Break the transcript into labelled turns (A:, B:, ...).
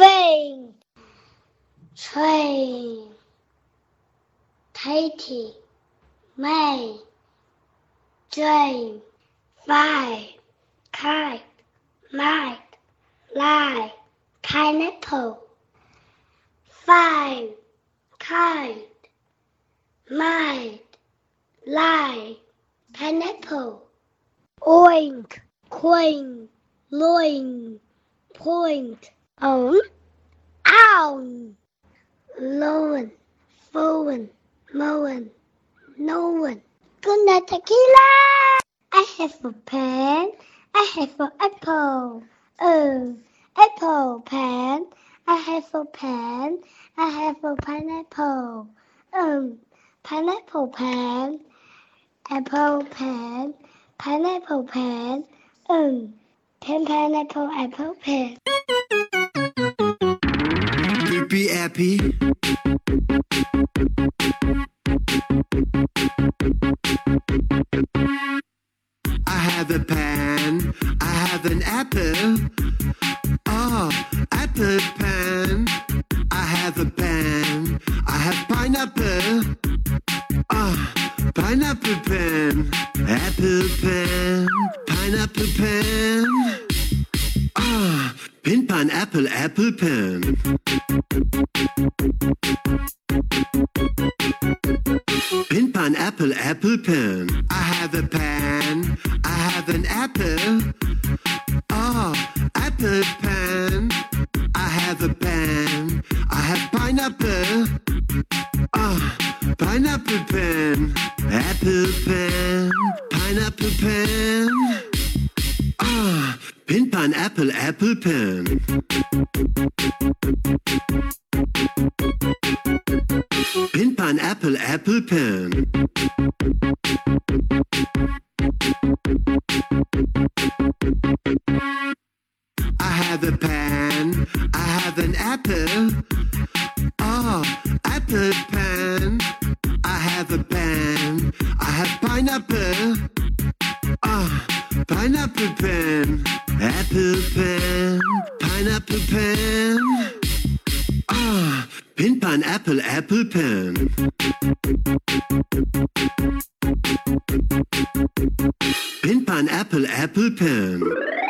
A: train train Katie May Jane Fire Kite Night Lie Pineapple Fine Kite Night Lie Pineapple Oink Coin Loin Point On Own Loan Phone Moen Noen Good night tequila I have a pen I have an apple Oh apple pen I have a pen I have a pineapple Um pineapple pen apple pen pineapple pen Um pen pineapple apple pen
B: Happy happy. I have a pen. I have an apple. Oh, apple pen. I have a pen. I have pineapple. Ah, pineapple pen. Apple pen. Pineapple pen. Ah, pin pineapple apple pen. Pin pan apple apple pen. I have a pen. I have an apple. Oh, apple pen. I have a pen. I have pineapple. Oh, pineapple pen. Apple pen. Pineapple pen. Ah, pin pan apple apple pen. Pin pan apple apple pen. I have a pen. I have an apple. Oh, apple pen. I have a pen. I have pineapple. Ah, pineapple pen. Apple pen. Pineapple pen. Ah, pin pan apple apple pen. Pin pan apple apple pen.